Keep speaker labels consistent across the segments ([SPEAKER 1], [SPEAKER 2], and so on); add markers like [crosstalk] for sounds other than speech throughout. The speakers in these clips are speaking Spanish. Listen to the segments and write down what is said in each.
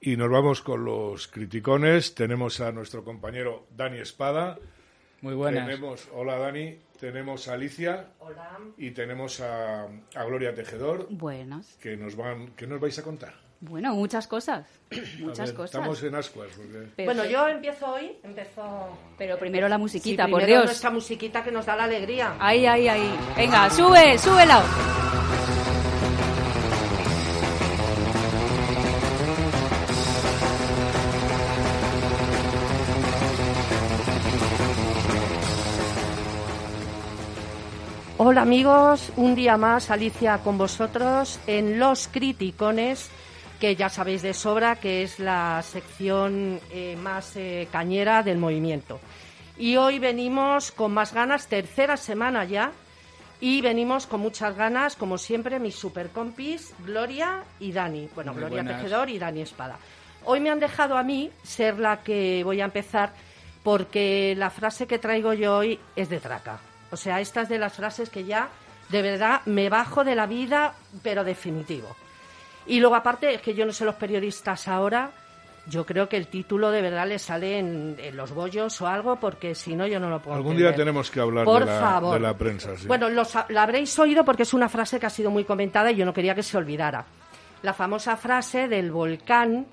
[SPEAKER 1] Y nos vamos con los criticones. Tenemos a nuestro compañero Dani Espada.
[SPEAKER 2] Muy buenas.
[SPEAKER 1] Tenemos, hola Dani, tenemos a Alicia
[SPEAKER 3] Hola.
[SPEAKER 1] y tenemos a, a Gloria Tejedor,
[SPEAKER 4] Buenas.
[SPEAKER 1] que nos van, ¿qué nos vais a contar?
[SPEAKER 4] Bueno, muchas
[SPEAKER 1] [coughs]
[SPEAKER 4] cosas.
[SPEAKER 1] A
[SPEAKER 4] Muchas
[SPEAKER 1] ver,
[SPEAKER 4] cosas.
[SPEAKER 1] Estamos en ascuas. porque-
[SPEAKER 4] Pero-
[SPEAKER 3] Bueno, yo empiezo hoy, empezó
[SPEAKER 4] Pero primero la musiquita,
[SPEAKER 3] Sí,
[SPEAKER 4] por
[SPEAKER 3] primero
[SPEAKER 4] Dios.
[SPEAKER 3] Nuestra musiquita que nos da la alegría.
[SPEAKER 4] Ahí, ahí, ahí. Venga, sube, súbela.
[SPEAKER 3] Hola amigos, un día más Alicia con vosotros en Los Criticones, que ya sabéis de sobra que es la sección eh, más eh, cañera del movimiento. Y hoy venimos con más ganas, tercera semana ya, y venimos con muchas ganas, como siempre, mis supercompis Gloria y Dani. Bueno,
[SPEAKER 2] Muy
[SPEAKER 3] Gloria
[SPEAKER 2] buenas.
[SPEAKER 3] Tejedor y Dani Espada. Hoy me han dejado a mí ser la que voy a empezar porque la frase que traigo yo hoy es de traca. O sea, esta es de las frases que ya de verdad me bajo de la vida, pero definitivo. Y luego aparte es que yo no sé los periodistas ahora, yo creo que el título de verdad le sale en, en los bollos o algo porque si no yo no lo puedo
[SPEAKER 1] Algún
[SPEAKER 3] entender.
[SPEAKER 1] día tenemos que hablar
[SPEAKER 3] Por
[SPEAKER 1] de, la,
[SPEAKER 3] favor.
[SPEAKER 1] de la prensa. sí.
[SPEAKER 3] Bueno, los- la habréis oído porque es una frase que ha sido muy comentada y yo no quería que se olvidara. La famosa frase del volcán,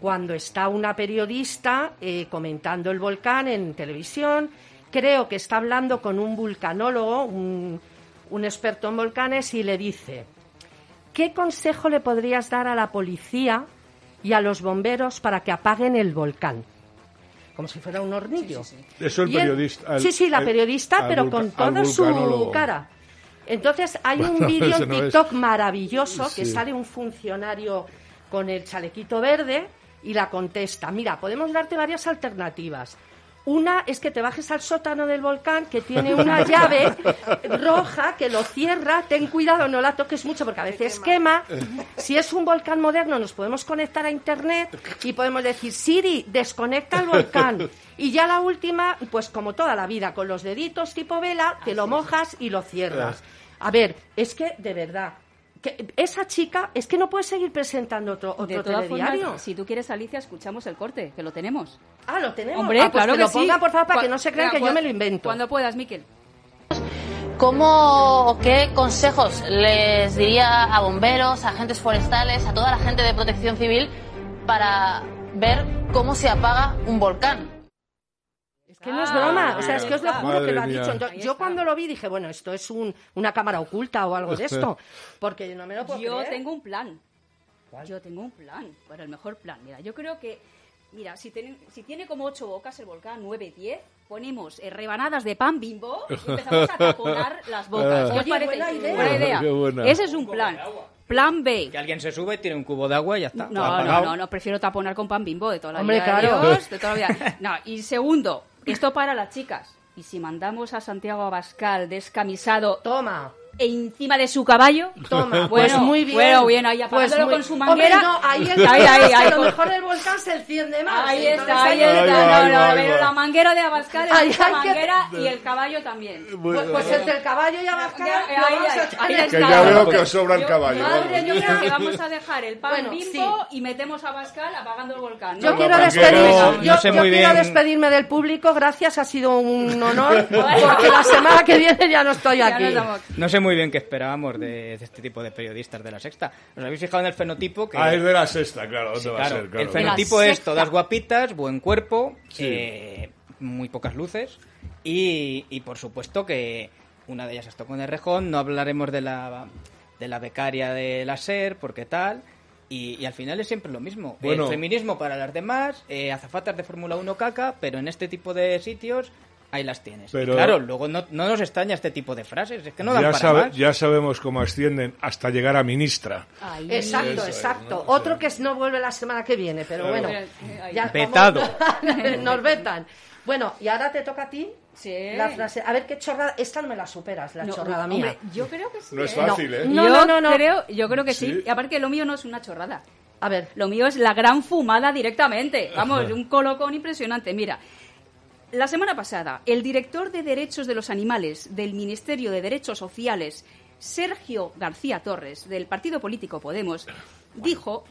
[SPEAKER 3] cuando está una periodista eh, comentando el volcán en televisión, creo que está hablando con un vulcanólogo, un- un experto en volcanes, y le dice, ¿qué consejo le podrías dar a la policía y a los bomberos para que apaguen el volcán? Como si fuera un hornillo.
[SPEAKER 1] Eso el
[SPEAKER 3] Y él-
[SPEAKER 1] periodista. al-
[SPEAKER 3] sí, sí, la
[SPEAKER 1] el-
[SPEAKER 3] periodista,
[SPEAKER 1] al
[SPEAKER 3] pero
[SPEAKER 1] vulca-
[SPEAKER 3] con
[SPEAKER 1] al
[SPEAKER 3] toda su
[SPEAKER 1] vulcanólogo.
[SPEAKER 3] cara. Entonces hay
[SPEAKER 1] Bueno, [laughs]
[SPEAKER 3] un vídeo
[SPEAKER 1] ese
[SPEAKER 3] en
[SPEAKER 1] no es.
[SPEAKER 3] TikTok maravilloso que
[SPEAKER 1] Sí.
[SPEAKER 3] sale un funcionario con el chalequito verde y la contesta. Mira, podemos darte varias alternativas. Una es que te bajes al sótano del volcán que tiene una llave roja que lo cierra. Ten cuidado, no la toques mucho porque a veces quema. Si es un volcán moderno, nos podemos conectar a internet y podemos decir, Siri, desconecta el volcán. Y ya la última, pues como toda la vida, con los deditos tipo vela, te lo mojas y lo cierras. A ver, es que de verdad, que esa chica es que no puede seguir presentando otro, otro
[SPEAKER 4] De todas
[SPEAKER 3] telediario.
[SPEAKER 4] formas, si tú quieres, Alicia, escuchamos el corte, que lo tenemos.
[SPEAKER 3] Ah, lo tenemos.
[SPEAKER 4] Hombre,
[SPEAKER 3] Ah, pues
[SPEAKER 4] claro
[SPEAKER 3] que,
[SPEAKER 4] que,
[SPEAKER 3] lo
[SPEAKER 4] sí.
[SPEAKER 3] ponga, por favor, para
[SPEAKER 4] Cua-
[SPEAKER 3] que no se crean
[SPEAKER 4] Mira,
[SPEAKER 3] que yo
[SPEAKER 4] cua-
[SPEAKER 3] me lo invento.
[SPEAKER 4] Cuando puedas, Miquel.
[SPEAKER 5] ¿Cómo o qué consejos les diría a bomberos, a agentes forestales, a toda la gente de protección civil para ver cómo se apaga un volcán?
[SPEAKER 3] Es que no es
[SPEAKER 4] Ah,
[SPEAKER 3] broma, o
[SPEAKER 4] madre
[SPEAKER 3] sea, es que os lo
[SPEAKER 4] mía.
[SPEAKER 3] juro que lo ha
[SPEAKER 1] Madre
[SPEAKER 3] dicho.
[SPEAKER 1] mía.
[SPEAKER 3] Entonces,
[SPEAKER 4] Ahí
[SPEAKER 3] yo
[SPEAKER 4] está.
[SPEAKER 3] cuando lo vi dije, bueno, esto es un- una cámara oculta o algo de esto, porque no me lo puedo
[SPEAKER 4] Yo
[SPEAKER 3] creer.
[SPEAKER 4] tengo un plan. Yo tengo un plan, pero el mejor plan. Mira, yo creo que, mira, si, tiene- si tiene como ocho bocas el volcán, nueve, diez, ponemos eh, rebanadas de pan bimbo y
[SPEAKER 3] [laughs]
[SPEAKER 4] empezamos a taponar las bocas. ¿Qué os
[SPEAKER 3] Ah. Oye,
[SPEAKER 4] parece?
[SPEAKER 3] buena idea.
[SPEAKER 4] Buena
[SPEAKER 1] Qué buena.
[SPEAKER 4] Ese es un plan. Plan B.
[SPEAKER 2] Que alguien se sube, tiene un cubo de agua y ya está. Lo ha
[SPEAKER 4] No, no,
[SPEAKER 2] apagado.
[SPEAKER 4] no, no, prefiero taponar con pan bimbo de toda la
[SPEAKER 3] Hombre,
[SPEAKER 4] vida. de
[SPEAKER 3] claro.
[SPEAKER 4] Dios, de toda la
[SPEAKER 3] [laughs]
[SPEAKER 4] vida. No, y segundo, esto para las chicas. Y si mandamos a Santiago Abascal descamisado
[SPEAKER 3] Toma.
[SPEAKER 4] e encima de su caballo.
[SPEAKER 1] [laughs]
[SPEAKER 3] Toma,
[SPEAKER 4] bueno,
[SPEAKER 3] [laughs] pues muy bien. Pues
[SPEAKER 4] Bueno, bien, ahí apagándolo
[SPEAKER 3] muy-
[SPEAKER 4] con su manguera.
[SPEAKER 3] Hombre, no, ahí
[SPEAKER 4] [laughs]
[SPEAKER 3] el
[SPEAKER 4] ahí, ahí, ahí,
[SPEAKER 3] a lo
[SPEAKER 4] con-
[SPEAKER 3] mejor el volcán se enciende más.
[SPEAKER 4] Ahí
[SPEAKER 3] entonces
[SPEAKER 4] está, ahí
[SPEAKER 1] ahí
[SPEAKER 4] está.
[SPEAKER 1] va,
[SPEAKER 4] No,
[SPEAKER 1] ahí
[SPEAKER 4] no,
[SPEAKER 1] va, ahí
[SPEAKER 4] pero
[SPEAKER 1] va.
[SPEAKER 4] la manguera de Abascal
[SPEAKER 3] Ay,
[SPEAKER 4] es la
[SPEAKER 3] ay, que-
[SPEAKER 4] manguera y el caballo también.
[SPEAKER 3] Pues, pues entre el caballo y Abascal
[SPEAKER 4] Ya,
[SPEAKER 3] lo
[SPEAKER 4] ahí,
[SPEAKER 3] vamos
[SPEAKER 4] ahí,
[SPEAKER 3] a echar
[SPEAKER 4] ahí
[SPEAKER 3] en el
[SPEAKER 4] está.
[SPEAKER 1] Que ya veo
[SPEAKER 3] caballo.
[SPEAKER 1] que os sobra el caballo.
[SPEAKER 4] Madre,
[SPEAKER 1] vamos.
[SPEAKER 4] yo
[SPEAKER 3] [laughs]
[SPEAKER 4] creo que vamos a dejar el pan
[SPEAKER 3] Bueno,
[SPEAKER 4] bimbo y metemos a Abascal apagando el volcán. ¿no?
[SPEAKER 3] Yo quiero
[SPEAKER 1] Porque
[SPEAKER 3] despedirme,
[SPEAKER 2] no-
[SPEAKER 3] yo,
[SPEAKER 2] no sé
[SPEAKER 3] yo
[SPEAKER 2] muy
[SPEAKER 3] quiero
[SPEAKER 2] bien.
[SPEAKER 3] despedirme del público, gracias, ha sido
[SPEAKER 1] [laughs]
[SPEAKER 3] un honor, porque la semana que viene ya no estoy
[SPEAKER 4] Ya
[SPEAKER 3] aquí.
[SPEAKER 4] nos damos-
[SPEAKER 2] No sé muy bien qué esperábamos de, de este tipo de periodistas de la sexta. ¿Os habéis fijado en el fenotipo? Que,
[SPEAKER 1] Ah, es de la sexta, claro. ¿dónde
[SPEAKER 2] Sí,
[SPEAKER 1] va a
[SPEAKER 2] claro,
[SPEAKER 1] ser? Claro.
[SPEAKER 2] El fenotipo
[SPEAKER 4] La
[SPEAKER 2] es
[SPEAKER 4] sexta.
[SPEAKER 2] todas guapitas, buen cuerpo,
[SPEAKER 1] Sí.
[SPEAKER 2] eh, muy pocas luces y, y, por supuesto que una de ellas está con el rejón. No hablaremos de la, de la becaria de la SER porque tal. Y, y al final es siempre lo mismo.
[SPEAKER 1] Bueno.
[SPEAKER 2] El feminismo para las demás, eh, azafatas de Fórmula 1 caca, pero en este tipo de sitios ahí las tienes. Y
[SPEAKER 1] Pero-
[SPEAKER 2] claro, luego no, no nos extraña este tipo de frases, es que no dan
[SPEAKER 1] ya,
[SPEAKER 2] para
[SPEAKER 1] sabe-
[SPEAKER 2] más.
[SPEAKER 1] ya sabemos cómo ascienden hasta llegar a ministra.
[SPEAKER 4] Ahí.
[SPEAKER 3] Exacto,
[SPEAKER 1] Eso es,
[SPEAKER 3] exacto.
[SPEAKER 1] ¿no?
[SPEAKER 3] Otro que no vuelve la semana que viene, pero
[SPEAKER 1] Claro.
[SPEAKER 3] bueno.
[SPEAKER 4] eh, Ahí.
[SPEAKER 3] ya vamos-
[SPEAKER 2] Vetado.
[SPEAKER 3] [laughs] Nos vetan. Bueno, y ahora te toca a ti
[SPEAKER 4] Sí.
[SPEAKER 3] la frase. A ver qué chorrada. Esta no me la superas, la
[SPEAKER 4] No,
[SPEAKER 3] chorrada
[SPEAKER 4] no,
[SPEAKER 3] mía.
[SPEAKER 4] hombre, yo creo que sí.
[SPEAKER 1] No es
[SPEAKER 4] ¿eh?
[SPEAKER 1] fácil, ¿eh?
[SPEAKER 3] No,
[SPEAKER 4] yo,
[SPEAKER 3] no, no, no.
[SPEAKER 4] Creo, yo creo que sí.
[SPEAKER 1] Sí.
[SPEAKER 4] Y aparte, lo mío no es una chorrada.
[SPEAKER 3] A ver.
[SPEAKER 4] Lo mío es la gran fumada directamente.
[SPEAKER 1] [laughs]
[SPEAKER 4] Vamos, un colocón impresionante. Mira, la semana pasada, el director de Derechos de los Animales del Ministerio de Derechos Sociales, Sergio García Torres, del partido político Podemos, dijo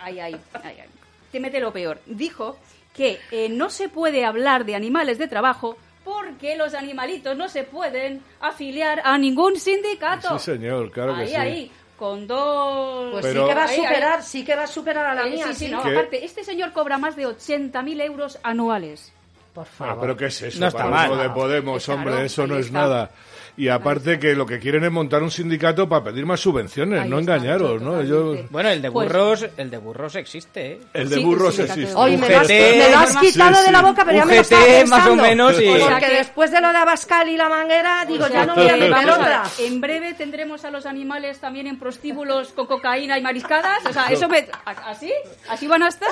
[SPEAKER 4] ay, ay, ay, ay. Te mete lo peor. Dijo que eh, no se puede hablar de animales de trabajo porque los animalitos no se pueden afiliar a ningún sindicato.
[SPEAKER 1] Sí, señor, claro que
[SPEAKER 4] ahí,
[SPEAKER 1] sí.
[SPEAKER 4] ahí, con dos...
[SPEAKER 3] Pues
[SPEAKER 1] Pero-
[SPEAKER 3] sí que va a
[SPEAKER 4] Ahí, ahí.
[SPEAKER 3] superar, sí que va a superar a la
[SPEAKER 4] Eh,
[SPEAKER 3] mía.
[SPEAKER 4] sí, sí,
[SPEAKER 3] sí.
[SPEAKER 4] no,
[SPEAKER 1] ¿Qué?
[SPEAKER 4] aparte, este señor cobra más de 80.000 euros anuales.
[SPEAKER 3] Por
[SPEAKER 1] Bueno,
[SPEAKER 3] favor.
[SPEAKER 1] Ah, pero ¿qué es eso?
[SPEAKER 2] No está
[SPEAKER 1] para
[SPEAKER 2] mal.
[SPEAKER 1] uno de Podemos,
[SPEAKER 4] Claro,
[SPEAKER 1] hombre, eso
[SPEAKER 4] ahí
[SPEAKER 1] no es
[SPEAKER 4] está.
[SPEAKER 1] nada. Y aparte que lo que quieren es montar un sindicato para pedir más subvenciones,
[SPEAKER 4] Ahí
[SPEAKER 1] no
[SPEAKER 4] está,
[SPEAKER 1] engañaros,
[SPEAKER 4] sí,
[SPEAKER 1] ¿no?
[SPEAKER 4] totalmente.
[SPEAKER 1] Ellos-
[SPEAKER 2] Bueno, el de
[SPEAKER 4] Pues-
[SPEAKER 2] burros, el de burros existe, ¿eh?
[SPEAKER 1] El de
[SPEAKER 4] Sí,
[SPEAKER 1] burros
[SPEAKER 4] sí, sí,
[SPEAKER 1] existe.
[SPEAKER 3] Hoy me lo has,
[SPEAKER 2] UGT,
[SPEAKER 3] me lo has quitado
[SPEAKER 1] Sí,
[SPEAKER 3] de la
[SPEAKER 1] sí.
[SPEAKER 3] boca, pero ya me lo
[SPEAKER 2] UGT,
[SPEAKER 3] estaba pensando.
[SPEAKER 2] más o menos, sí.
[SPEAKER 4] O sea
[SPEAKER 3] Porque
[SPEAKER 4] que-
[SPEAKER 3] después de lo de Abascal y la manguera, digo,
[SPEAKER 4] O sea
[SPEAKER 3] ya no
[SPEAKER 4] que
[SPEAKER 3] voy a meter
[SPEAKER 4] vamos a ver,
[SPEAKER 3] otra.
[SPEAKER 4] en breve tendremos a los animales también en prostíbulos con cocaína y mariscadas. O sea, eso me... ¿a- ¿Así? ¿Así van a estar?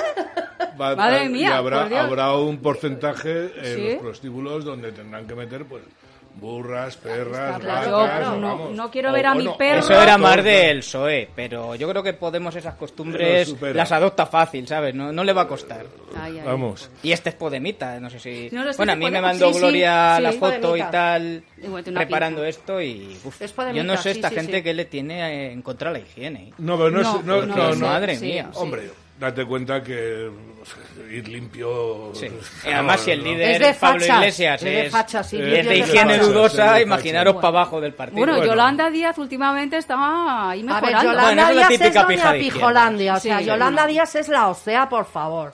[SPEAKER 1] Va-
[SPEAKER 4] Madre
[SPEAKER 1] y
[SPEAKER 4] mía,
[SPEAKER 1] habrá,
[SPEAKER 4] por Dios.
[SPEAKER 1] habrá un porcentaje en
[SPEAKER 4] ¿Sí?
[SPEAKER 1] los prostíbulos donde tendrán que meter, pues, burras, perras,
[SPEAKER 4] claro,
[SPEAKER 1] vacas,
[SPEAKER 4] yo no-
[SPEAKER 1] vamos.
[SPEAKER 4] no quiero ver a mi perro.
[SPEAKER 2] Eso era más
[SPEAKER 1] tortas.
[SPEAKER 2] del PSOE, pero yo creo que Podemos esas
[SPEAKER 1] Pero
[SPEAKER 2] costumbres
[SPEAKER 1] supera.
[SPEAKER 2] las adopta fácil, ¿sabes? No, no le va a costar.
[SPEAKER 4] Ay, ay,
[SPEAKER 1] Vamos.
[SPEAKER 2] Y este es Podemita, no sé si...
[SPEAKER 4] No, no, este
[SPEAKER 2] bueno, a
[SPEAKER 4] es
[SPEAKER 2] mí me
[SPEAKER 4] Podemos,
[SPEAKER 2] mandó
[SPEAKER 4] sí, sí,
[SPEAKER 2] Gloria
[SPEAKER 4] sí,
[SPEAKER 2] la
[SPEAKER 4] es
[SPEAKER 2] foto
[SPEAKER 3] Podemita.
[SPEAKER 2] y tal,
[SPEAKER 4] Igual tiene una
[SPEAKER 2] preparando
[SPEAKER 4] pinta.
[SPEAKER 2] esto y... uf,
[SPEAKER 3] Es Podemita,
[SPEAKER 2] yo no sé esta
[SPEAKER 3] sí, sí,
[SPEAKER 2] gente
[SPEAKER 3] sí.
[SPEAKER 2] que le tiene eh, en contra de la higiene. ¿eh?
[SPEAKER 1] No, pero no, es... No,
[SPEAKER 2] no,
[SPEAKER 1] no,
[SPEAKER 2] no,
[SPEAKER 1] no.
[SPEAKER 2] madre mía.
[SPEAKER 1] Hombre, date cuenta que [laughs] ir limpio... [laughs]
[SPEAKER 2] Sí. Eh, Además, si el
[SPEAKER 1] Pues, no.
[SPEAKER 2] líder
[SPEAKER 3] Es de
[SPEAKER 2] Pablo
[SPEAKER 3] facha,
[SPEAKER 2] Iglesias
[SPEAKER 3] es de
[SPEAKER 2] es,
[SPEAKER 3] facha, sí,
[SPEAKER 2] es
[SPEAKER 1] yo- yo
[SPEAKER 2] de
[SPEAKER 1] de
[SPEAKER 2] higiene
[SPEAKER 1] facha, soy de
[SPEAKER 2] dudosa,
[SPEAKER 1] facha.
[SPEAKER 2] imaginaros para abajo del partido.
[SPEAKER 4] Bueno,
[SPEAKER 1] Bueno.
[SPEAKER 4] Yolanda Díaz últimamente está ahí
[SPEAKER 3] A ver,
[SPEAKER 4] mejorando.
[SPEAKER 3] Yolanda
[SPEAKER 2] Bueno, esa es la
[SPEAKER 3] Díaz es
[SPEAKER 2] típica pija
[SPEAKER 3] doña
[SPEAKER 2] de izquierdas.
[SPEAKER 3] Pijolandia. O sea,
[SPEAKER 4] Sí.
[SPEAKER 3] Yolanda Díaz es la osea, por favor.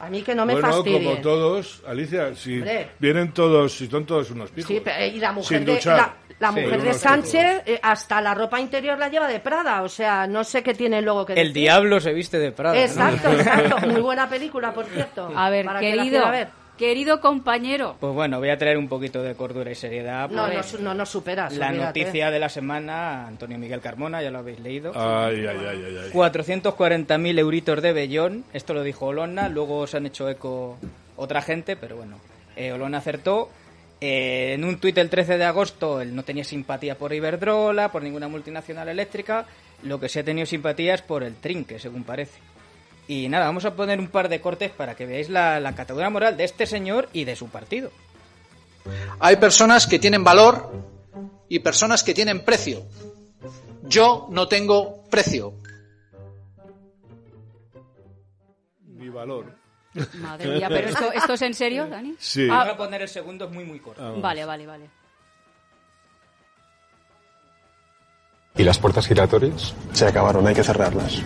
[SPEAKER 3] A mí que no me
[SPEAKER 1] bueno,
[SPEAKER 3] fastidien.
[SPEAKER 1] como todos, Alicia, si
[SPEAKER 3] Hombre.
[SPEAKER 1] vienen todos, si son todos unos pijos.
[SPEAKER 3] Sí, pero- eh, y la mujer
[SPEAKER 1] Sin
[SPEAKER 3] de,
[SPEAKER 1] duchar.
[SPEAKER 3] la, la
[SPEAKER 1] Sí.
[SPEAKER 3] mujer
[SPEAKER 1] Pero
[SPEAKER 3] de
[SPEAKER 1] unos
[SPEAKER 3] Sánchez eh, hasta la ropa interior la lleva de Prada. O sea, no sé qué tiene luego que
[SPEAKER 2] El
[SPEAKER 3] decir.
[SPEAKER 2] diablo se viste de Prada. ¿no?
[SPEAKER 3] Exacto, exacto. Muy buena película, por cierto.
[SPEAKER 4] A ver,
[SPEAKER 3] Para que la
[SPEAKER 4] querido,
[SPEAKER 3] quiera ver.
[SPEAKER 4] querido compañero.
[SPEAKER 2] [laughs] Pues bueno, voy a traer un poquito de cordura y seriedad.
[SPEAKER 3] No,
[SPEAKER 2] pues,
[SPEAKER 3] no, su- no, no superas.
[SPEAKER 2] la
[SPEAKER 3] olvídate. ¿eh?
[SPEAKER 2] noticia de la semana, Antonio Miguel Carmona, ya lo habéis leído.
[SPEAKER 1] Ay, ay, ay, ay, ay.
[SPEAKER 2] 440.000 euritos de Bellón, esto lo dijo Olona, luego se han hecho eco otra gente, pero bueno, eh, Olona acertó. Eh, en un tuit el 13 de agosto él no tenía simpatía por Iberdrola, por ninguna multinacional eléctrica, lo que sí ha tenido simpatía es por el trinque, según parece. Y nada, vamos a poner un par de cortes para que veáis la, la catadura moral de este señor y de su partido.
[SPEAKER 6] Hay personas que tienen valor y personas que tienen precio. Yo no tengo precio.
[SPEAKER 1] Mi valor.
[SPEAKER 4] Madre mía, pero esto, esto es en
[SPEAKER 1] [laughs]
[SPEAKER 4] serio, Dani.
[SPEAKER 1] Sí.
[SPEAKER 2] Vamos a poner el segundo, es muy muy corto.
[SPEAKER 4] Vale, vale, vale.
[SPEAKER 7] ¿Y las puertas giratorias?
[SPEAKER 8] Se acabaron, hay que cerrarlas.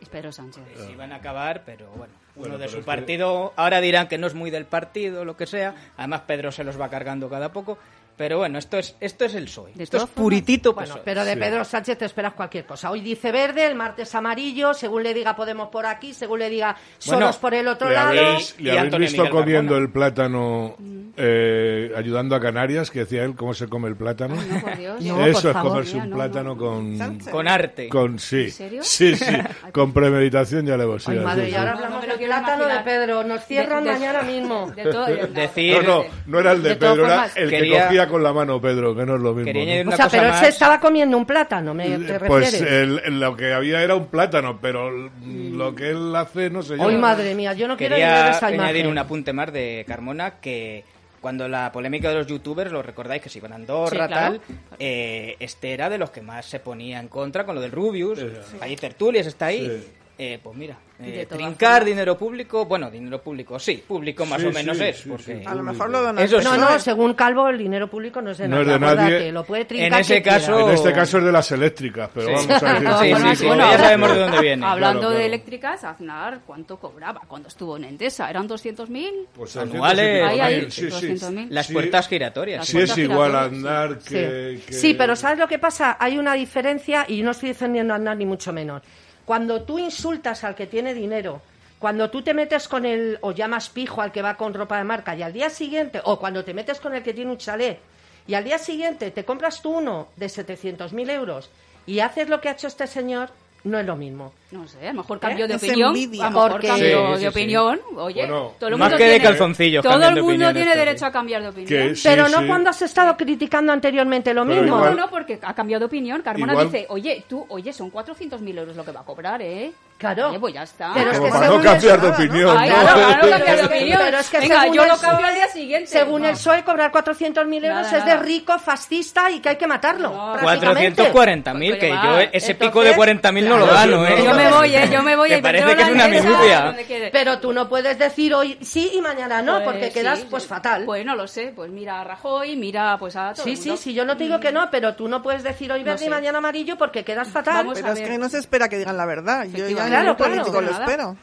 [SPEAKER 4] Es Pedro Sánchez.
[SPEAKER 2] si van a acabar, pero bueno, uno de su partido, ahora dirán que no es muy del partido, lo que sea, además Pedro se los va cargando cada poco, pero bueno, esto es esto es el PSOE,
[SPEAKER 4] De
[SPEAKER 2] esto es
[SPEAKER 4] todas formas-
[SPEAKER 2] puritito
[SPEAKER 3] Bueno,
[SPEAKER 2] PSOE.
[SPEAKER 3] pero de Pedro Sánchez te esperas cualquier cosa. Hoy dice verde, el martes amarillo, según le diga Podemos por aquí, según le diga Soros
[SPEAKER 2] Bueno,
[SPEAKER 3] por el otro
[SPEAKER 1] ¿Le
[SPEAKER 3] lado. Mm.
[SPEAKER 1] habéis, le
[SPEAKER 2] y
[SPEAKER 1] habéis
[SPEAKER 2] Antonio
[SPEAKER 1] visto
[SPEAKER 2] Miguel
[SPEAKER 1] comiendo
[SPEAKER 2] Carmona.
[SPEAKER 1] el plátano eh, ayudando a Canarias? Que decía él, ¿cómo se come el plátano?
[SPEAKER 4] No, por Dios.
[SPEAKER 3] No,
[SPEAKER 1] Eso
[SPEAKER 3] por
[SPEAKER 1] es
[SPEAKER 3] favor,
[SPEAKER 1] comerse
[SPEAKER 4] mira,
[SPEAKER 1] un
[SPEAKER 4] no,
[SPEAKER 1] plátano
[SPEAKER 4] no.
[SPEAKER 1] con...
[SPEAKER 2] con arte.
[SPEAKER 1] con sí.
[SPEAKER 4] ¿En serio?
[SPEAKER 1] Sí,
[SPEAKER 3] [laughs]
[SPEAKER 1] sí. Con premeditación ya le voy
[SPEAKER 3] Ay, madre, y ahora
[SPEAKER 4] No, no
[SPEAKER 3] hablamos
[SPEAKER 4] me lo
[SPEAKER 3] del
[SPEAKER 4] quiero
[SPEAKER 3] plátano
[SPEAKER 4] imaginar.
[SPEAKER 3] de Pedro. Nos cierran
[SPEAKER 4] De- de-
[SPEAKER 3] mañana [laughs] mismo.
[SPEAKER 4] De todo- de-
[SPEAKER 2] Decir
[SPEAKER 1] No, no, no era el de,
[SPEAKER 3] De todas
[SPEAKER 1] Pedro, era
[SPEAKER 3] formas,
[SPEAKER 1] el
[SPEAKER 2] quería-
[SPEAKER 1] que cogía con la mano Pedro, que no es lo mismo.
[SPEAKER 2] Quería
[SPEAKER 1] ¿no?
[SPEAKER 2] añadir
[SPEAKER 3] O
[SPEAKER 2] una
[SPEAKER 3] sea,
[SPEAKER 2] cosa
[SPEAKER 3] pero él
[SPEAKER 2] más. Eh,
[SPEAKER 3] se estaba comiendo un plátano, ¿me te
[SPEAKER 1] Pues
[SPEAKER 3] refieres?
[SPEAKER 1] el- el- lo que había era un plátano, pero l- lo que él hace, no sé yo.
[SPEAKER 3] Hoy, madre mía, yo no quiero
[SPEAKER 2] Quería
[SPEAKER 3] llegar a esa
[SPEAKER 2] añadir
[SPEAKER 3] imagen.
[SPEAKER 2] un apunte más de Carmona que cuando la polémica de los youtubers, lo recordáis que se iban a Andorra,
[SPEAKER 3] Sí, claro.
[SPEAKER 2] tal, eh, este era de los que más se ponía en contra con lo del Rubius, ahí Tertulias está ahí.
[SPEAKER 1] Sí.
[SPEAKER 2] Eh, pues mira, eh,
[SPEAKER 4] De todas
[SPEAKER 2] trincar
[SPEAKER 4] formas.
[SPEAKER 2] dinero público, bueno, dinero público, sí, público más
[SPEAKER 1] Sí,
[SPEAKER 2] o menos
[SPEAKER 1] sí,
[SPEAKER 2] es,
[SPEAKER 1] sí,
[SPEAKER 2] porque
[SPEAKER 1] sí.
[SPEAKER 9] A lo mejor lo donan.
[SPEAKER 2] Eso
[SPEAKER 3] No,
[SPEAKER 2] sí.
[SPEAKER 3] no, según Calvo, el dinero público no es de
[SPEAKER 1] No es
[SPEAKER 3] nadie.
[SPEAKER 1] de nadie.
[SPEAKER 3] acuérdate, Lo puede trincar
[SPEAKER 2] En ese
[SPEAKER 3] quien quiera.
[SPEAKER 2] caso-
[SPEAKER 1] En este caso es de las eléctricas, pero
[SPEAKER 2] [laughs] Sí.
[SPEAKER 1] vamos a decir.
[SPEAKER 2] Sí,
[SPEAKER 4] Bueno,
[SPEAKER 2] sí, sí,
[SPEAKER 4] bueno,
[SPEAKER 2] ya
[SPEAKER 4] ahora-
[SPEAKER 2] sabemos de dónde viene.
[SPEAKER 4] Hablando
[SPEAKER 1] Claro, claro.
[SPEAKER 4] de eléctricas, Aznar, ¿cuánto cobraba cuando estuvo en Endesa? ¿Eran 200.000?
[SPEAKER 1] Pues 200
[SPEAKER 2] Anuales.
[SPEAKER 1] y pico
[SPEAKER 2] Ahí,
[SPEAKER 4] ahí,
[SPEAKER 1] mil, sí, sí.
[SPEAKER 4] 200.000.
[SPEAKER 2] Las
[SPEAKER 1] Sí,
[SPEAKER 2] puertas giratorias.
[SPEAKER 4] Las
[SPEAKER 1] Sí, es
[SPEAKER 4] puertas
[SPEAKER 1] igual
[SPEAKER 4] giratorias,
[SPEAKER 1] andar
[SPEAKER 3] Sí.
[SPEAKER 1] que, que-
[SPEAKER 3] Sí, pero ¿sabes lo que pasa? Hay una diferencia y no estoy defendiendo a Aznar ni mucho menos. Cuando tú insultas al que tiene dinero, cuando tú te metes con el o llamas pijo al que va con ropa de marca y al día siguiente, o cuando te metes con el que tiene un chalet y al día siguiente te compras tú uno de 700.000 euros y haces lo que ha hecho este señor, no es lo mismo.
[SPEAKER 4] No sé, a lo mejor cambio de
[SPEAKER 9] Es
[SPEAKER 4] opinión.
[SPEAKER 9] envidia.
[SPEAKER 4] A lo mejor
[SPEAKER 3] ¿Eh? Porque-
[SPEAKER 4] cambio
[SPEAKER 2] Sí, sí,
[SPEAKER 4] de
[SPEAKER 2] sí.
[SPEAKER 4] opinión. Oye,
[SPEAKER 1] Bueno,
[SPEAKER 4] todo el
[SPEAKER 2] más
[SPEAKER 4] mundo
[SPEAKER 2] que de
[SPEAKER 4] tiene-
[SPEAKER 2] calzoncillos
[SPEAKER 4] Todo
[SPEAKER 2] cambian de
[SPEAKER 4] el mundo
[SPEAKER 2] opinión
[SPEAKER 4] tiene
[SPEAKER 2] estos,
[SPEAKER 4] derecho
[SPEAKER 2] sí.
[SPEAKER 4] a cambiar de
[SPEAKER 1] que
[SPEAKER 4] opinión.
[SPEAKER 1] sí,
[SPEAKER 3] Pero no
[SPEAKER 1] sí.
[SPEAKER 3] cuando has estado criticando anteriormente lo
[SPEAKER 1] Pero
[SPEAKER 3] mismo.
[SPEAKER 4] No,
[SPEAKER 1] igual-
[SPEAKER 4] no, porque ha cambiado de opinión. Carmona
[SPEAKER 1] Igual-
[SPEAKER 4] dice, oye, tú, oye, son 400.000 euros lo que va a cobrar, ¿eh?
[SPEAKER 3] Claro.
[SPEAKER 4] Oye, pues ya está.
[SPEAKER 3] Pero es
[SPEAKER 1] Como
[SPEAKER 3] que
[SPEAKER 1] para
[SPEAKER 3] según
[SPEAKER 1] no cambiar
[SPEAKER 3] el
[SPEAKER 1] de
[SPEAKER 3] Estado,
[SPEAKER 1] opinión,
[SPEAKER 4] Ay,
[SPEAKER 1] ¿no?
[SPEAKER 4] claro,
[SPEAKER 1] [laughs]
[SPEAKER 4] claro,
[SPEAKER 3] Pero
[SPEAKER 4] cambiar de
[SPEAKER 3] es que-
[SPEAKER 4] opinión.
[SPEAKER 3] Pero es que
[SPEAKER 4] Venga,
[SPEAKER 3] según
[SPEAKER 4] yo
[SPEAKER 3] el
[SPEAKER 4] lo cambio
[SPEAKER 3] PSOE-
[SPEAKER 4] al día siguiente.
[SPEAKER 3] Según
[SPEAKER 4] No.
[SPEAKER 3] el PSOE, cobrar 400.000 euros
[SPEAKER 4] Nada,
[SPEAKER 3] es de
[SPEAKER 4] nada.
[SPEAKER 3] rico, fascista y que hay que matarlo.
[SPEAKER 4] No,
[SPEAKER 3] prácticamente.
[SPEAKER 2] 440.000, que yo
[SPEAKER 4] Entonces,
[SPEAKER 2] ese pico de 40.000 no lo gano, ¿eh?
[SPEAKER 4] Yo me voy, ¿eh? Yo me voy.
[SPEAKER 2] Me
[SPEAKER 4] y
[SPEAKER 2] parece
[SPEAKER 4] Pedro
[SPEAKER 2] que es una
[SPEAKER 4] Lanza,
[SPEAKER 2] minucia.
[SPEAKER 4] donde quiere.
[SPEAKER 3] Pero tú no puedes decir hoy sí y mañana no,
[SPEAKER 4] Pues
[SPEAKER 3] porque
[SPEAKER 4] sí,
[SPEAKER 3] quedas
[SPEAKER 4] sí.
[SPEAKER 3] pues fatal.
[SPEAKER 4] Pues no lo sé, pues mira a Rajoy, mira pues a todo
[SPEAKER 3] sí,
[SPEAKER 4] el
[SPEAKER 3] sí,
[SPEAKER 4] mundo. Mm.
[SPEAKER 3] sí, yo no te digo que no, pero tú no puedes decir hoy verde y
[SPEAKER 4] sé.
[SPEAKER 3] mañana amarillo porque quedas fatal.
[SPEAKER 4] Vamos a
[SPEAKER 9] Pero es
[SPEAKER 4] ver.
[SPEAKER 9] que no se espera que digan la verdad. Yo
[SPEAKER 4] Efectivamente.
[SPEAKER 9] ya ningún
[SPEAKER 3] Claro, claro.
[SPEAKER 9] político lo
[SPEAKER 4] Nada.
[SPEAKER 9] espero.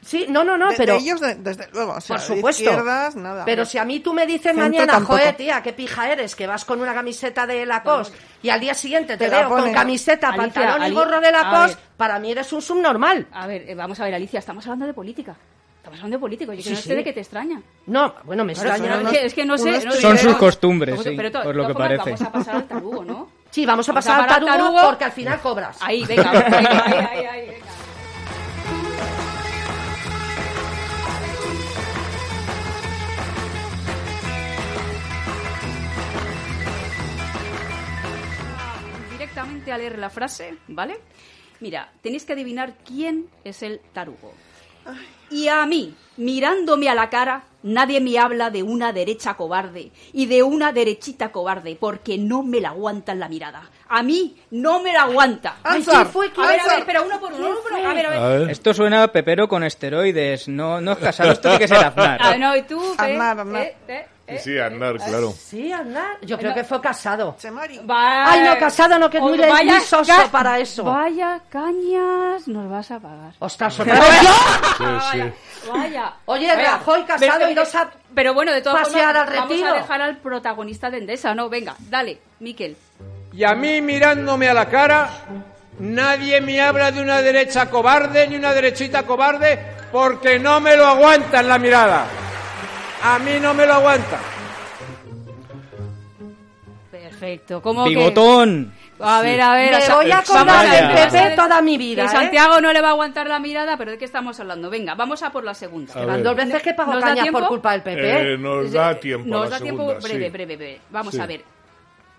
[SPEAKER 3] Sí, no, no, no,
[SPEAKER 9] De-
[SPEAKER 3] pero...
[SPEAKER 9] de ellos, de- desde luego. O sea,
[SPEAKER 3] por
[SPEAKER 9] de
[SPEAKER 3] supuesto.
[SPEAKER 9] izquierdas, nada.
[SPEAKER 3] Pero si a mí tú me dices
[SPEAKER 9] Centro
[SPEAKER 3] mañana,
[SPEAKER 9] tampoco.
[SPEAKER 3] joder, tía, qué pija eres, que vas con una camiseta de Lacoste y al día siguiente te,
[SPEAKER 9] Te la
[SPEAKER 3] veo con
[SPEAKER 9] ponen.
[SPEAKER 3] camiseta,
[SPEAKER 4] Alicia,
[SPEAKER 3] pantalón y
[SPEAKER 4] Ali-
[SPEAKER 3] gorro de
[SPEAKER 4] a
[SPEAKER 3] Lacoste,
[SPEAKER 4] ver.
[SPEAKER 3] para mí eres un subnormal.
[SPEAKER 4] A ver, eh, vamos a ver, Alicia, estamos hablando de política. Estamos hablando de políticos. Yo que
[SPEAKER 3] Sí,
[SPEAKER 4] no
[SPEAKER 3] sí.
[SPEAKER 4] sé de qué te extraña.
[SPEAKER 3] No, bueno, me extraña.
[SPEAKER 9] son
[SPEAKER 4] Es
[SPEAKER 9] unos-
[SPEAKER 4] que, es que no sé.
[SPEAKER 9] unos
[SPEAKER 4] no sé.
[SPEAKER 2] Son
[SPEAKER 4] Pero-
[SPEAKER 2] sus costumbres,
[SPEAKER 4] Pero-
[SPEAKER 2] sí,
[SPEAKER 4] pero de
[SPEAKER 2] por lo
[SPEAKER 4] todas
[SPEAKER 2] que
[SPEAKER 4] formas,
[SPEAKER 2] parece.
[SPEAKER 4] Vamos a pasar al tarugo, ¿no?
[SPEAKER 3] Sí, vamos a
[SPEAKER 4] Vamos a
[SPEAKER 3] pasar al
[SPEAKER 4] parar
[SPEAKER 3] tarugo,
[SPEAKER 4] tarugo.
[SPEAKER 3] porque al final cobras.
[SPEAKER 4] Ahí, venga. ahí, ahí, ahí, ahí, venga. Directamente a leer la frase, ¿vale? Mira, tenéis que adivinar quién es el tarugo. Y a mí, mirándome a la cara, nadie me habla de una derecha cobarde y de una derechita cobarde, porque no me la aguantan la mirada. A mí no me la aguanta.
[SPEAKER 3] Ay,
[SPEAKER 9] Ansar,
[SPEAKER 3] ¿quién fue? ¿Quién
[SPEAKER 4] A ver, a
[SPEAKER 3] fue?
[SPEAKER 4] ver, espera, uno por uno. uno por uno. A ver, a ver.
[SPEAKER 1] A ver.
[SPEAKER 2] Esto suena a pepero con esteroides. No, no es casado, esto tiene que ser Aznar.
[SPEAKER 4] Ah, no, ¿y tú? ¿Qué?
[SPEAKER 9] Aznar, Aznar.
[SPEAKER 4] Eh, eh, eh,
[SPEAKER 1] Sí,
[SPEAKER 4] eh.
[SPEAKER 1] Aznar, claro.
[SPEAKER 3] Sí, Aznar. Yo creo
[SPEAKER 4] No.
[SPEAKER 3] que fue casado.
[SPEAKER 9] Chemari.
[SPEAKER 4] Vaya-
[SPEAKER 3] Ay, no, casado no, que es muy
[SPEAKER 4] Vaya
[SPEAKER 3] muy soso
[SPEAKER 4] ca-
[SPEAKER 3] para eso.
[SPEAKER 4] Vaya cañas nos vas a pagar.
[SPEAKER 3] Ostras, otra vez yo.
[SPEAKER 1] Sí, sí.
[SPEAKER 4] Ah, Vaya.
[SPEAKER 3] Oye,
[SPEAKER 4] Vaya.
[SPEAKER 3] Rajoy casado
[SPEAKER 4] Pero-
[SPEAKER 3] y no sab-
[SPEAKER 4] Pero bueno, de todas formas,
[SPEAKER 3] pasear al
[SPEAKER 4] vamos
[SPEAKER 3] retiro.
[SPEAKER 4] a dejar al protagonista de Endesa, ¿no? Venga, dale, Miquel.
[SPEAKER 10] [laughs] Y a mí mirándome a la cara, nadie me habla de una derecha cobarde ni una derechita cobarde porque no me lo aguantan la mirada. A mí no me lo aguantan.
[SPEAKER 4] Perfecto. ¿Cómo
[SPEAKER 2] Bigotón.
[SPEAKER 4] que? A ver, a ver.
[SPEAKER 3] Me
[SPEAKER 4] o sea,
[SPEAKER 3] voy a
[SPEAKER 4] vamos
[SPEAKER 3] acordar
[SPEAKER 2] del
[SPEAKER 4] ver,
[SPEAKER 3] PP
[SPEAKER 4] vamos a ver.
[SPEAKER 3] toda mi vida,
[SPEAKER 4] Que
[SPEAKER 3] ¿eh?
[SPEAKER 4] Santiago no le va a aguantar la mirada, pero ¿de qué estamos hablando? Venga, vamos a por la segunda.
[SPEAKER 1] A
[SPEAKER 3] Van
[SPEAKER 1] ver.
[SPEAKER 3] dos veces que pago
[SPEAKER 4] ¿Nos da
[SPEAKER 3] cañas
[SPEAKER 4] tiempo?
[SPEAKER 3] por culpa del PP.
[SPEAKER 1] Eh, nos da tiempo a
[SPEAKER 4] Nos
[SPEAKER 1] la
[SPEAKER 4] da tiempo
[SPEAKER 1] segunda,
[SPEAKER 4] breve,
[SPEAKER 1] sí.
[SPEAKER 4] breve, breve. Vamos
[SPEAKER 1] Sí.
[SPEAKER 4] a ver.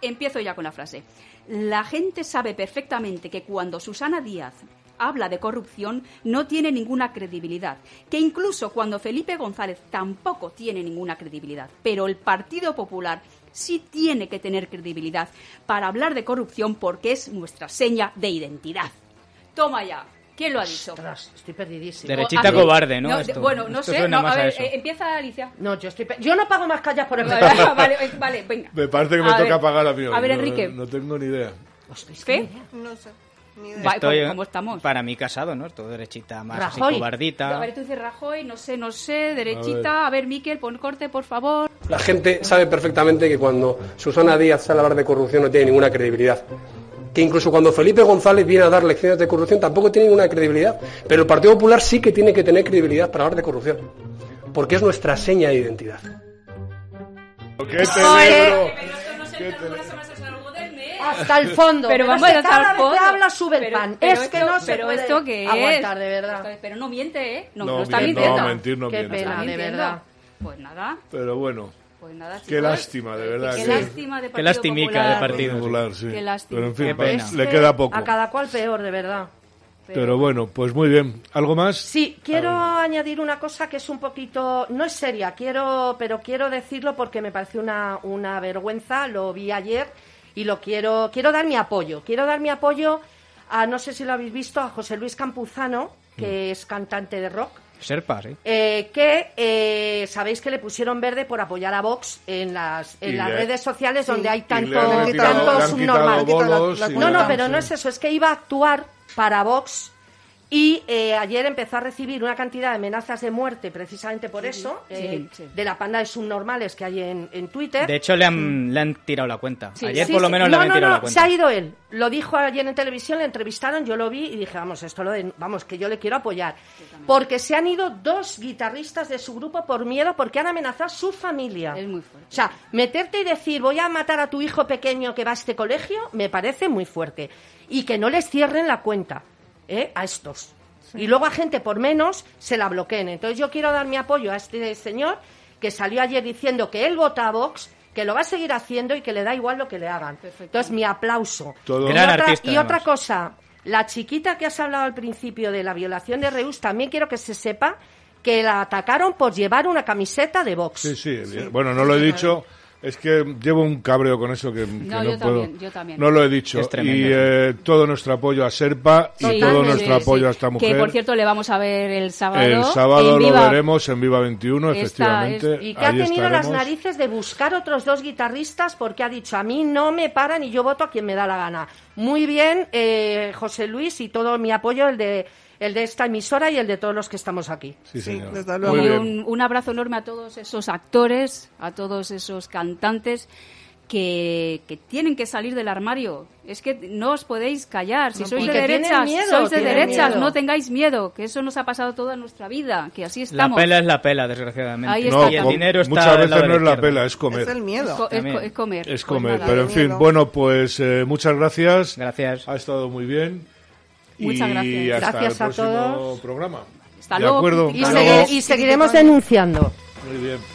[SPEAKER 4] Empiezo ya con la frase. La gente sabe perfectamente que cuando Susana Díaz habla de corrupción no tiene ninguna credibilidad, que incluso cuando Felipe González tampoco tiene ninguna credibilidad, pero el Partido Popular sí tiene que tener credibilidad para hablar de corrupción porque es nuestra seña de identidad. Toma ya. ¿Quién lo ha dicho?
[SPEAKER 3] Ostras, estoy perdidísima.
[SPEAKER 2] Dere- Derechita
[SPEAKER 4] Ah, sí.
[SPEAKER 2] cobarde, ¿no?
[SPEAKER 4] de-
[SPEAKER 2] Esto-
[SPEAKER 4] bueno, no
[SPEAKER 2] esto
[SPEAKER 4] sé.
[SPEAKER 2] suena
[SPEAKER 4] no,
[SPEAKER 2] más
[SPEAKER 4] a
[SPEAKER 2] a
[SPEAKER 4] ver,
[SPEAKER 2] eso.
[SPEAKER 4] eh, empieza Alicia.
[SPEAKER 3] No, yo estoy... pe- Yo no pago más callas por
[SPEAKER 2] [laughs]
[SPEAKER 3] el PP.
[SPEAKER 4] [laughs] Vale, vale, eh, vale, venga.
[SPEAKER 1] Me parece que me
[SPEAKER 4] A
[SPEAKER 1] toca
[SPEAKER 4] ver,
[SPEAKER 1] pagar a mí. hoy.
[SPEAKER 4] A ver,
[SPEAKER 1] No,
[SPEAKER 4] Enrique.
[SPEAKER 1] No, tengo ni idea.
[SPEAKER 3] Ostras,
[SPEAKER 4] ¿Fe?
[SPEAKER 3] qué idea.
[SPEAKER 9] No sé. Ni idea.
[SPEAKER 4] Va-
[SPEAKER 2] Estoy,
[SPEAKER 4] ¿cómo- cómo pues estamos?
[SPEAKER 2] Para mí casado, ¿no? Todo derechita, más así
[SPEAKER 3] Rajoy.
[SPEAKER 4] A
[SPEAKER 2] cobardita.
[SPEAKER 4] ver, tú dices Rajoy, no sé, no sé, derechita. A ver, Miquel, pon corte, por favor.
[SPEAKER 10] La gente sabe perfectamente que cuando Susana Díaz sale a hablar de corrupción no tiene ninguna credibilidad. Que incluso cuando Felipe González viene a dar lecciones de corrupción tampoco tiene ninguna credibilidad. Pero el Partido Popular sí que tiene que tener credibilidad para hablar de corrupción. Porque es nuestra seña de identidad.
[SPEAKER 1] ¡Qué cerebro! ¿Qué cerebro?
[SPEAKER 3] Hasta el fondo.
[SPEAKER 4] Ah, Pero vamos a
[SPEAKER 3] es que cada
[SPEAKER 4] estar
[SPEAKER 3] vez que habla sube el pan. es que no se
[SPEAKER 4] pero
[SPEAKER 3] puede
[SPEAKER 4] esto que
[SPEAKER 3] aguantar,
[SPEAKER 4] es.
[SPEAKER 3] de verdad.
[SPEAKER 4] Esto- Pero no miente, ¿eh? No,
[SPEAKER 1] No,
[SPEAKER 4] no está
[SPEAKER 1] miente,
[SPEAKER 4] mintiendo.
[SPEAKER 1] no, mentir no
[SPEAKER 3] Qué
[SPEAKER 1] miente.
[SPEAKER 4] Está
[SPEAKER 3] pena, de
[SPEAKER 4] mintiendo.
[SPEAKER 3] verdad.
[SPEAKER 4] Pues nada,
[SPEAKER 1] Pero bueno,
[SPEAKER 4] pues nada, chicos.
[SPEAKER 1] Qué lástima, de verdad,
[SPEAKER 4] Qué
[SPEAKER 1] que-
[SPEAKER 4] lástima de
[SPEAKER 2] Qué
[SPEAKER 4] Partido
[SPEAKER 2] lastimica de
[SPEAKER 4] Popular.
[SPEAKER 2] Partido. Partido, sí.
[SPEAKER 1] regular, sí.
[SPEAKER 4] Qué lástima.
[SPEAKER 1] Pero en
[SPEAKER 2] Qué
[SPEAKER 1] fin,
[SPEAKER 2] pena.
[SPEAKER 1] va, le queda poco.
[SPEAKER 3] A cada cual peor, de verdad.
[SPEAKER 1] Pero bueno, pues muy bien. ¿Algo más?
[SPEAKER 3] Sí, quiero añadir una cosa que es un poquito, no es seria, quiero, pero quiero decirlo porque me parece una, una vergüenza, lo vi ayer y lo quiero, quiero dar mi apoyo, quiero dar mi apoyo a, no sé si lo habéis visto, a José Luis Campuzano,
[SPEAKER 1] Mm.
[SPEAKER 3] que es cantante de rock,
[SPEAKER 2] Serpa, sí.
[SPEAKER 3] eh, que eh, sabéis que le pusieron verde por apoyar a Vox en las, en
[SPEAKER 1] Y
[SPEAKER 3] las
[SPEAKER 1] le-
[SPEAKER 3] redes sociales donde hay
[SPEAKER 1] Y le
[SPEAKER 3] tanto,
[SPEAKER 1] han
[SPEAKER 9] quitado-
[SPEAKER 1] retirado-
[SPEAKER 3] tanto
[SPEAKER 1] le han
[SPEAKER 3] subnormal.
[SPEAKER 1] quitado bolos
[SPEAKER 9] La- la-
[SPEAKER 1] y
[SPEAKER 3] No,
[SPEAKER 1] le
[SPEAKER 3] no,
[SPEAKER 1] han-
[SPEAKER 3] pero
[SPEAKER 1] sí.
[SPEAKER 3] no es eso, es que iba a actuar para Vox y eh, ayer empezó a recibir una cantidad de amenazas de muerte precisamente por eso, eh,
[SPEAKER 4] sí.
[SPEAKER 3] de la panda de subnormales que hay en, en Twitter.
[SPEAKER 2] De hecho, le han, le han tirado la cuenta.
[SPEAKER 4] Sí,
[SPEAKER 2] Ayer,
[SPEAKER 3] Sí,
[SPEAKER 2] por lo
[SPEAKER 3] sí.
[SPEAKER 2] menos, le
[SPEAKER 3] no,
[SPEAKER 2] han
[SPEAKER 3] no,
[SPEAKER 2] tirado
[SPEAKER 3] no,
[SPEAKER 2] la
[SPEAKER 3] se
[SPEAKER 2] cuenta.
[SPEAKER 3] ha ido él. Lo dijo ayer en televisión, le entrevistaron, yo lo vi y dije, vamos, esto lo de- vamos, que yo le quiero apoyar. Porque se han ido dos guitarristas de su grupo por miedo porque han amenazado a su familia.
[SPEAKER 4] Es muy fuerte.
[SPEAKER 3] O sea, meterte y decir, voy a matar a tu hijo pequeño que va a este colegio, me parece muy fuerte. Y que no les cierren la cuenta ¿eh? a estos. Y luego a gente por menos se la bloqueen. Entonces yo quiero dar mi apoyo a este señor que salió ayer diciendo que él vota a Vox, que lo va a seguir haciendo y que le da igual lo que le hagan.
[SPEAKER 4] Perfecto.
[SPEAKER 3] Entonces mi aplauso.
[SPEAKER 1] Todo-
[SPEAKER 3] Y
[SPEAKER 2] Gran
[SPEAKER 3] otra-
[SPEAKER 2] artista,
[SPEAKER 3] y otra
[SPEAKER 2] además.
[SPEAKER 3] cosa, La chiquita que has hablado al principio de la violación de Reus, también quiero que se sepa que la atacaron por llevar una camiseta de box.
[SPEAKER 1] Sí, sí, bien. bueno, no lo he dicho. Es que llevo un cabreo con eso que, que no,
[SPEAKER 4] yo
[SPEAKER 1] puedo.
[SPEAKER 4] también, yo también.
[SPEAKER 1] No lo he dicho.
[SPEAKER 2] Es tremendo,
[SPEAKER 1] y eh, todo nuestro apoyo a Serpa y
[SPEAKER 4] Sí,
[SPEAKER 1] todo
[SPEAKER 4] sí,
[SPEAKER 1] nuestro
[SPEAKER 4] sí,
[SPEAKER 1] apoyo
[SPEAKER 4] sí.
[SPEAKER 1] a esta mujer.
[SPEAKER 4] Que por cierto le vamos a ver el sábado.
[SPEAKER 1] el sábado
[SPEAKER 4] en
[SPEAKER 1] lo
[SPEAKER 4] Viva.
[SPEAKER 1] veremos en Viva 21,
[SPEAKER 4] Esta es-
[SPEAKER 1] efectivamente.
[SPEAKER 3] Y que ha
[SPEAKER 1] Ahí
[SPEAKER 3] tenido las
[SPEAKER 1] estaremos.
[SPEAKER 3] narices de buscar otros dos guitarristas porque ha dicho, a mí no me paran y yo voto a quien me da la gana. Muy bien, eh, José Luis, y todo mi apoyo, el de, el de esta emisora y el de todos los que estamos aquí.
[SPEAKER 1] Sí,
[SPEAKER 9] Sí,
[SPEAKER 1] señor. Muy
[SPEAKER 9] desde luego.
[SPEAKER 4] Y
[SPEAKER 1] bien.
[SPEAKER 4] un, un abrazo enorme a todos esos actores, a todos esos cantantes que, que tienen que salir del armario. Es que no os podéis callar. Si
[SPEAKER 3] No,
[SPEAKER 4] sois
[SPEAKER 3] y
[SPEAKER 4] de
[SPEAKER 3] que tienen
[SPEAKER 4] derechas,
[SPEAKER 3] miedo,
[SPEAKER 4] sois de
[SPEAKER 3] tienen
[SPEAKER 4] derechas,
[SPEAKER 3] miedo.
[SPEAKER 4] no tengáis miedo, que eso nos ha pasado toda nuestra vida, que así
[SPEAKER 2] La
[SPEAKER 4] estamos.
[SPEAKER 2] pela es la pela, desgraciadamente.
[SPEAKER 4] Ahí está
[SPEAKER 1] No,
[SPEAKER 4] Y el
[SPEAKER 1] com-
[SPEAKER 2] dinero está
[SPEAKER 1] muchas
[SPEAKER 2] del
[SPEAKER 1] veces
[SPEAKER 2] lado de
[SPEAKER 1] no
[SPEAKER 2] la
[SPEAKER 1] es la
[SPEAKER 2] izquierda.
[SPEAKER 1] pela, es comer.
[SPEAKER 9] Es el
[SPEAKER 4] Es,
[SPEAKER 9] miedo.
[SPEAKER 4] co- es co-
[SPEAKER 2] También.
[SPEAKER 4] es comer.
[SPEAKER 1] Es
[SPEAKER 4] Pues
[SPEAKER 1] comer.
[SPEAKER 4] nada.
[SPEAKER 1] Pero en
[SPEAKER 9] de miedo.
[SPEAKER 1] fin, bueno, pues eh, muchas gracias.
[SPEAKER 2] Gracias.
[SPEAKER 1] Ha estado muy bien.
[SPEAKER 4] Muchas
[SPEAKER 1] y
[SPEAKER 4] gracias.
[SPEAKER 1] hasta
[SPEAKER 3] Gracias
[SPEAKER 1] el
[SPEAKER 3] a
[SPEAKER 1] próximo
[SPEAKER 3] todos.
[SPEAKER 1] programa.
[SPEAKER 4] Hasta
[SPEAKER 1] ¿De
[SPEAKER 4] luego,
[SPEAKER 1] acuerdo?
[SPEAKER 4] Y
[SPEAKER 3] Y,
[SPEAKER 1] Hasta
[SPEAKER 4] segui-
[SPEAKER 1] luego.
[SPEAKER 3] segui- y seguiremos denunciando.
[SPEAKER 1] Muy bien.